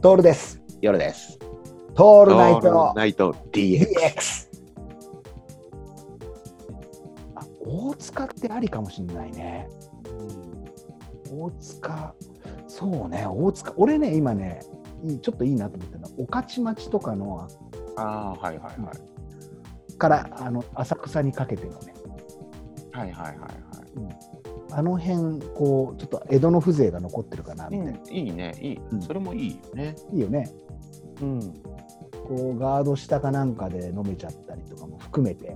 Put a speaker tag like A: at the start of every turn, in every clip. A: トールです。
B: 夜です。
A: トー
B: オ
A: ルナイト
B: ナイト DX。
A: DX。あ、大塚ってありかもしんないね。大塚、そうね、大塚。俺ね、今ね、いいちょっといいなと思ってるのは、御徒町とかの
B: ああ、はいはいはい。
A: からあの浅草にかけてのね、
B: はいはいは
A: あの辺、こう、ちょっと江戸の風情が残ってるかな、
B: い
A: みたい
B: は
A: な。
B: い。いいね、いい、
A: うん
B: それもいいよね。
A: いいよね。
B: うん。
A: こうガード下かなんかで飲めちゃったりとかも含めて、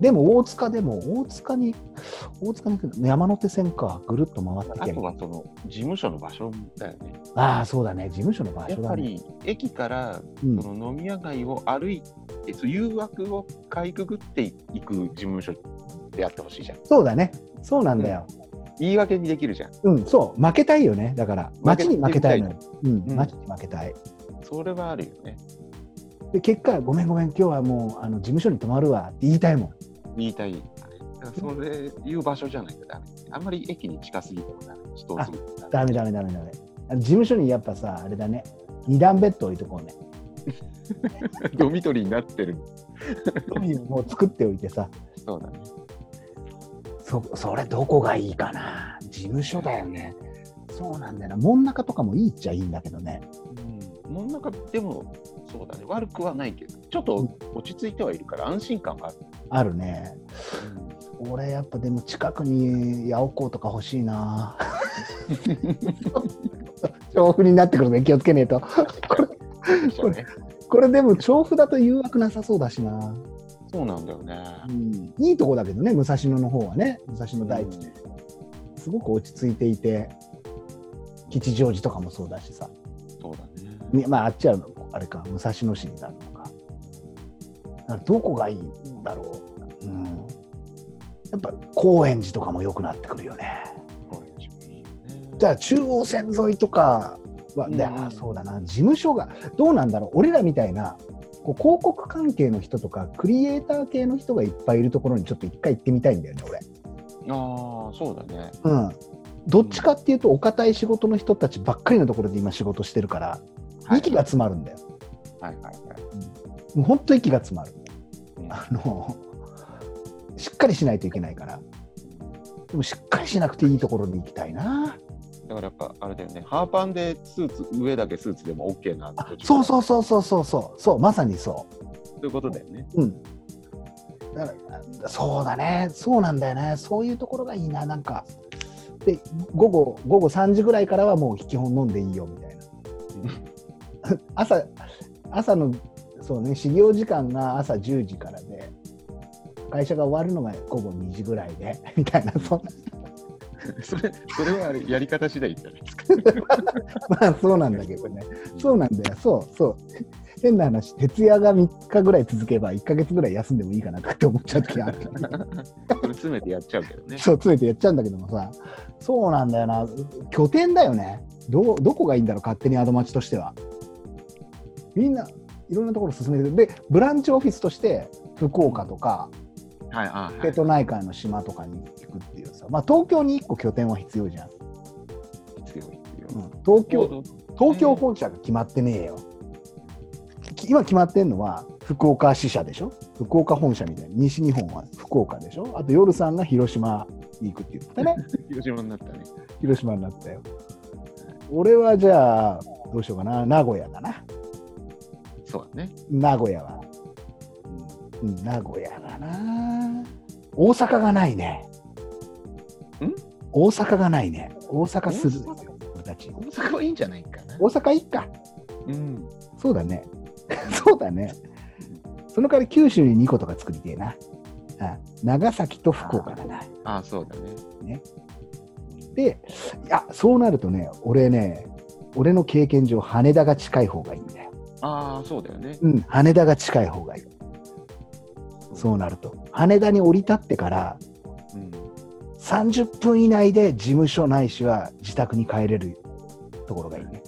A: でも大塚でも、大塚に、大塚に行くの山手線か、ぐるっと回って
B: あ
A: け
B: と
A: ば
B: はその事務所の場所だよね。
A: ああ、そうだね、事務所の場
B: やっ
A: 所
B: ぱ
A: だね。
B: り駅から
A: うん
B: その飲み屋街を歩いて、そう誘惑をかいくぐっていく事務所でやってほしいじゃん。
A: そうだね、そうなんだよ。
B: 言い訳にできるじゃん。
A: うん、そう、負けたいよね、だから、街に負けたいのよ。うん、
B: うん
A: 街に負けたい。
B: それはあるよね。
A: で、結果、ごめんごめん、今日はもうあの事務所に泊まるわって言いたいもん。
B: 言いたい。だからそれいう場所じゃないとダメ。あんまり駅に近すぎてもダメ。人多すぎてもダメ。
A: ダメダメダメダメ。あの事務所にやっぱさ、あれだね、二段ベッド置いとこう ね。
B: ドミトリーになってる。
A: ロビーをもう作っておいてさ、
B: そうだね。
A: そそれどこがいいかな事務所だよねそうなんだよな門中とかもいいっちゃいいんだけどね
B: うん、真ん中でもそうだね悪くはないけどちょっと落ち着いてはいるから安心感がある、
A: あるね俺やっぱでも近くに八百幸とか欲しい な調布になってくるね気をつけねえと
B: そうね
A: これでも調布だと誘惑なさそうだしな、
B: そうなんだよね、
A: うん、いいとこだけどね武蔵野の方はね武蔵野大地すごく落ち着いていて吉祥寺とかもそうだしさ
B: そうだね
A: ねまあ、あっちはあれか武蔵野市になるのかだからどこがいいんだろう、うん、やっぱ高円寺とかも良くなってくるよね
B: 高円寺もいいよね
A: じゃあ中央線沿いとかは、で
B: うん
A: あそうだな事務所がどうなんだろう俺らみたいなこう広告関係の人とかクリエイター系の人がいっぱいいるところにちょっと一回行ってみたいんだよね俺
B: ああそうだね
A: うんどっちかっていうとお堅い仕事の人たちばっかりのところで今仕事してるから
B: はい
A: 息が詰まるんだよ、
B: はいはいはい
A: もう本当息が詰まる
B: うん
A: あのしっかりしないといけないからでもしっかりしなくていいところに行きたいな
B: だからやっぱあれだよねハーパンでスーツ上だけスーツでも OK な
A: あそうそううそうそうそうそうそうまさにそ
B: そういうことだよね
A: ううんだからそうだねそうなんだよねそういうところがいいななんかで午後午後3時ぐらいからはもう基本飲んでいいよみたいな朝朝のそうね始業時間が朝10時からで会社が終わるのが午後2時ぐらいでみたいなそんな
B: それそれはあれやり方次第じゃないですか
A: まあそうなんだけどね。そうなんだよ。そう そう。変な話、徹夜が3日ぐらい続けば、1ヶ月ぐらい休んでもいいかなとかって思っちゃう時ある。
B: それ詰めてやっちゃうけどね
A: そう、詰めてやっちゃうんだけどもさ。そうなんだよな。拠点だよね。どうどこがいいんだろう、勝手にアドマチとしては。みんな、いろんなところ進めてる。で、ブランチオフィスとして、福岡とか、
B: はいあーは
A: 瀬
B: い
A: 戸内海の島とかに行くっていうさ、まあ、東京に1個拠点は必要じゃん。
B: 必要必
A: う
B: 要
A: ん、東京
B: 行動
A: 東京本社が決まってねえよ。き今決まってんのは福岡支社でしょ福岡本社みたいに西日本は福岡でしょあと夜さんが広島に行くって言ってね
B: 広島になったね
A: 広島になったよ俺はじゃあどうしようかな名古屋だな
B: そうだね
A: 名古屋は、うん、名古屋だな大阪がないね
B: ん
A: 大阪がないね大阪するですよ俺たち
B: 大阪はいいんじゃないかな
A: 大阪いっか
B: うん。
A: そうだね。 そうだね。その代わり九州に2個とか作りてえな。あ長崎と福岡だな。
B: ああ、そうだね。
A: で、いや、そうなるとね、俺ね、俺の経験上、羽田が近い方がいいんだよ。
B: ああ、そうだよね。
A: うん、羽田が近い方がいい。そうなると。羽田に降り立ってから、
B: うん。
A: 30分以内で事務所ないしは自宅に帰れるところがいいね。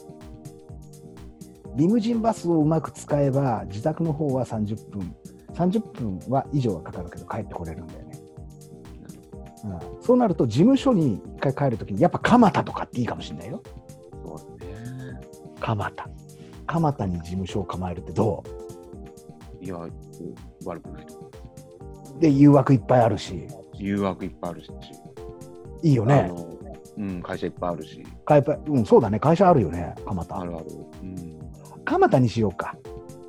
A: リムジンバスをうまく使えば自宅の方は30分30分は以上はかかるけど帰ってこれるんだよね。うん、そうなると事務所に一回帰るときにやっぱ蒲田とかっていいかもしれないよ。
B: そうだね。
A: 蒲田。蒲田に事務所を構えるってどう
B: いや、悪くないと思う。
A: で誘惑いっぱいあるし
B: 誘惑いっぱいあるし、
A: いいよ
B: あ
A: ね
B: のうん、会社いっぱいあるし、
A: 会社うんそうだね会社あるよね蒲
B: あ
A: 田
B: るある。うん。
A: 蒲田にしようか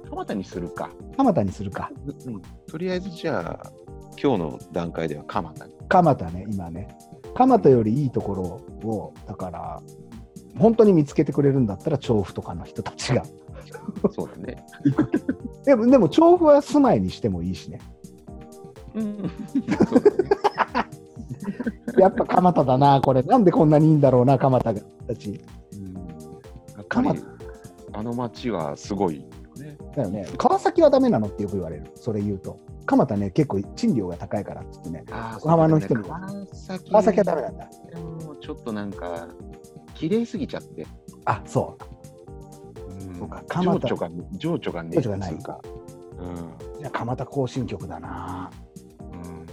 B: 蒲田にするか。
A: 蒲田にするか
B: うん、とりあえずじゃあ、今日の段階では蒲田に。
A: 蒲田ね今ね蒲田よりいいところをだから本当に見つけてくれるんだったら調布とかの人たちが
B: そうだね。
A: でもでも調布は住まいにしてもいいしね
B: うん。そうだね
A: やっぱ蒲田だなこれなんでこんなにいいんだろうな蒲田がたち
B: うん。蒲田。あの町はすごいよね。
A: だよね川崎はダメなのってよく言われるそれ言うと蒲田ね結構賃料が高いからって言ってね
B: あ
A: 横浜の人も
B: 川崎
A: 川崎はダメなんだ
B: もちょっとなんか、綺麗すぎちゃって。
A: あそう
B: うん
A: そうか蒲
B: 情
A: 田
B: 緒が、情緒がね。
A: 情緒がない
B: か。うん。
A: いや蒲田行進局だな
B: うん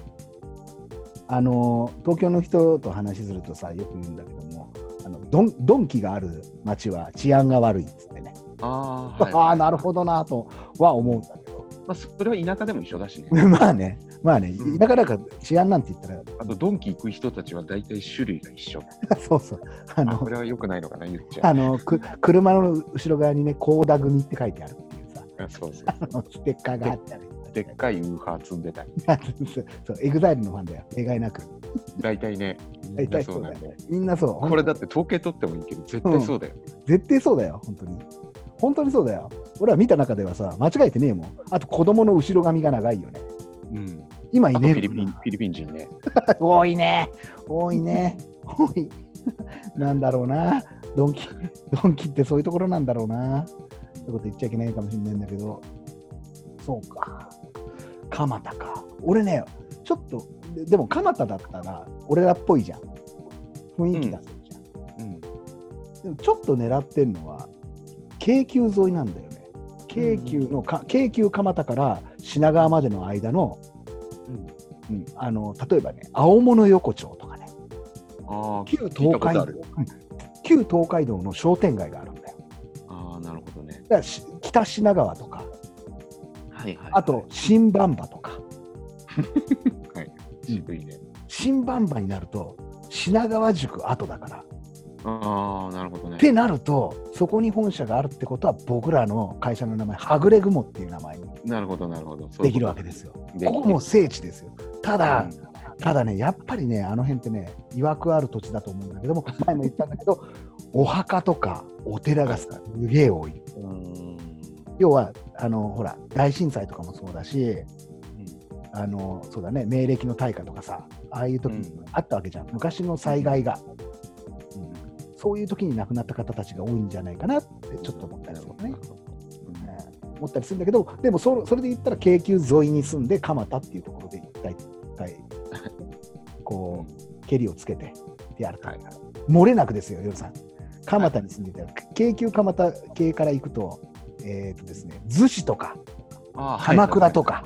A: あの東京の人と話するとさよく言うんだけどもあのドンドンキがある街は治安が悪いっつってね、
B: あ
A: あ
B: あ、
A: あな
B: る
A: るほどなとは思うんだけど
B: まあ、それは田舎でも一緒だし ね。
A: まあねまあね
B: うん
A: だからか治安なんて言ったら
B: あと、ドンキ行く人たちは大体種類が一緒。
A: そうそうあ
B: あこ
A: の
B: れは良くないのかな、言っちゃ
A: あのく車の後ろ側にね高田組って書いてあるっていうさ
B: う。あそうそう
A: あのステッカーがあってある
B: でっかいウーハー積んでたり、
A: そうそうエグザイルのファンだよ例外なく
B: 大体ね、
A: 大
B: みんな
A: 体
B: そ
A: そうう
B: な
A: だ
B: ん
A: よ
B: で。
A: みんなそう
B: これだって統計取ってもいいけど、絶対そうだよ。
A: 絶対そうだよ、本当に。本当にそうだよ。俺は見た中ではさ、間違えてねえもん。あと子供の後ろ髪が長いよね。
B: うん。
A: 今い
B: あと
A: ねえも
B: フ
A: ん
B: ィリピン、フィリピン人ね。
A: 多いね。多いね。多い。 なんだろうな。ドンキ、ドンキってそういうところなんだろうな。ってこと言っちゃいけないかもしれないんだけど。そうか。蒲田か。俺ね、ちょっと、ででも蒲田だったら、俺らっぽいじゃん。雰囲気出せるじゃん。
B: うん。
A: でもちょっと狙ってるのは京急沿いなんだよね京急のか、京急蒲田から品川までの間の,、
B: うん
A: うん、あの例えばね青物横丁とかね
B: ああ、
A: 旧
B: 聞い
A: 東海
B: たこと
A: 道
B: ある。
A: うん旧東海道の商店街があるんだよ
B: ああ、なるほどね。
A: だからし北品川とか
B: はいはい。
A: あと、新馬場とか
B: はい。渋いね。
A: 新馬場になると品川宿跡だから、
B: ああ、なるほどね
A: っ。てなるとそこに本社があるってことは僕らの会社の名前はぐれ雲っていう名前に
B: なるほど、なるほど。そう
A: で
B: いう
A: き
B: と
A: るわけですよ
B: できる
A: ここもう聖地ですよ。ただ、
B: うん
A: ただね、やっぱりね、あの辺ってね、いわくある土地だと思うんだけども、 前も言ったんだけど、お墓とかお寺がすげえ多い。
B: うーん
A: 要は、あの、ほら、大震災とかもそうだし、
B: うん
A: あの、そうだね、明暦の大火とかさ、ああいう時
B: う
A: に
B: ん
A: あったわけじゃん。昔の災害が。うんそういう時に亡くなった方たちが多いんじゃないかなってちょっと思ったりするね。
B: うん
A: うん思ったりするんだけど、でもそそれで言ったら京急沿いに住んで蒲田っていうところで一体一体こう蹴りをつけてやると、
B: はい
A: 漏れなくですよ、夜さん。蒲田に住んでいたら、京急蒲田系から行くと、えーとですね、逗子とか
B: あー
A: 鎌倉とか、。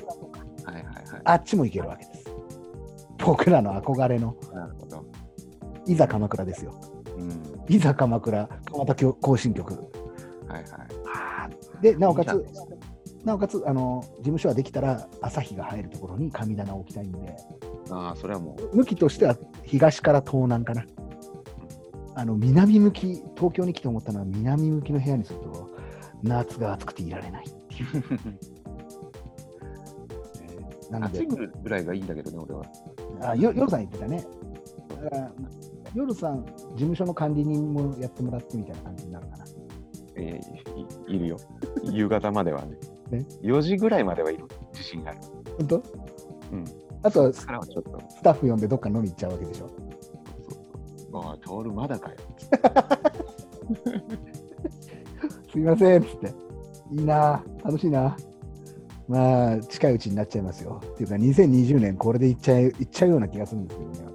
B: はいはいはい。
A: あっちも行けるわけです。僕らの憧れの
B: なるほど。
A: いざ鎌倉ですよ。
B: うん。
A: いざ鎌倉、蒲田行進局。
B: はいはい。
A: で、なおか
B: いい
A: つ、なおかつあの事務所はできたら朝日が入るところに神棚を置きたいんで
B: ああ、それはもう。
A: 向きとしては東から東南かなあの南向き東京に来て思ったのは南向きの部屋にすると夏が暑くていられないなの
B: 暑
A: で
B: いぐらいがいいんだけどね、俺は。
A: あよ夜さん言ってたねだから夜さん事務所の管理人もやってもらってみたいな感じになるかな
B: えーいいるよ。夕方まではね
A: ね。
B: 4時ぐらいまではいる自信がある。
A: 本当
B: うん。
A: あとはス
B: からはちょっと。そう
A: タッフ呼んでどっか飲み行っちゃうわけでしょ
B: そうそう。ああ、トールまだかよ。
A: すいませんっつって。いいなあ、楽しいなあ。まあ、近いうちになっちゃいますよ。っていうか、2020年、これでいっちゃいいっちゃうような気がするんですけどね、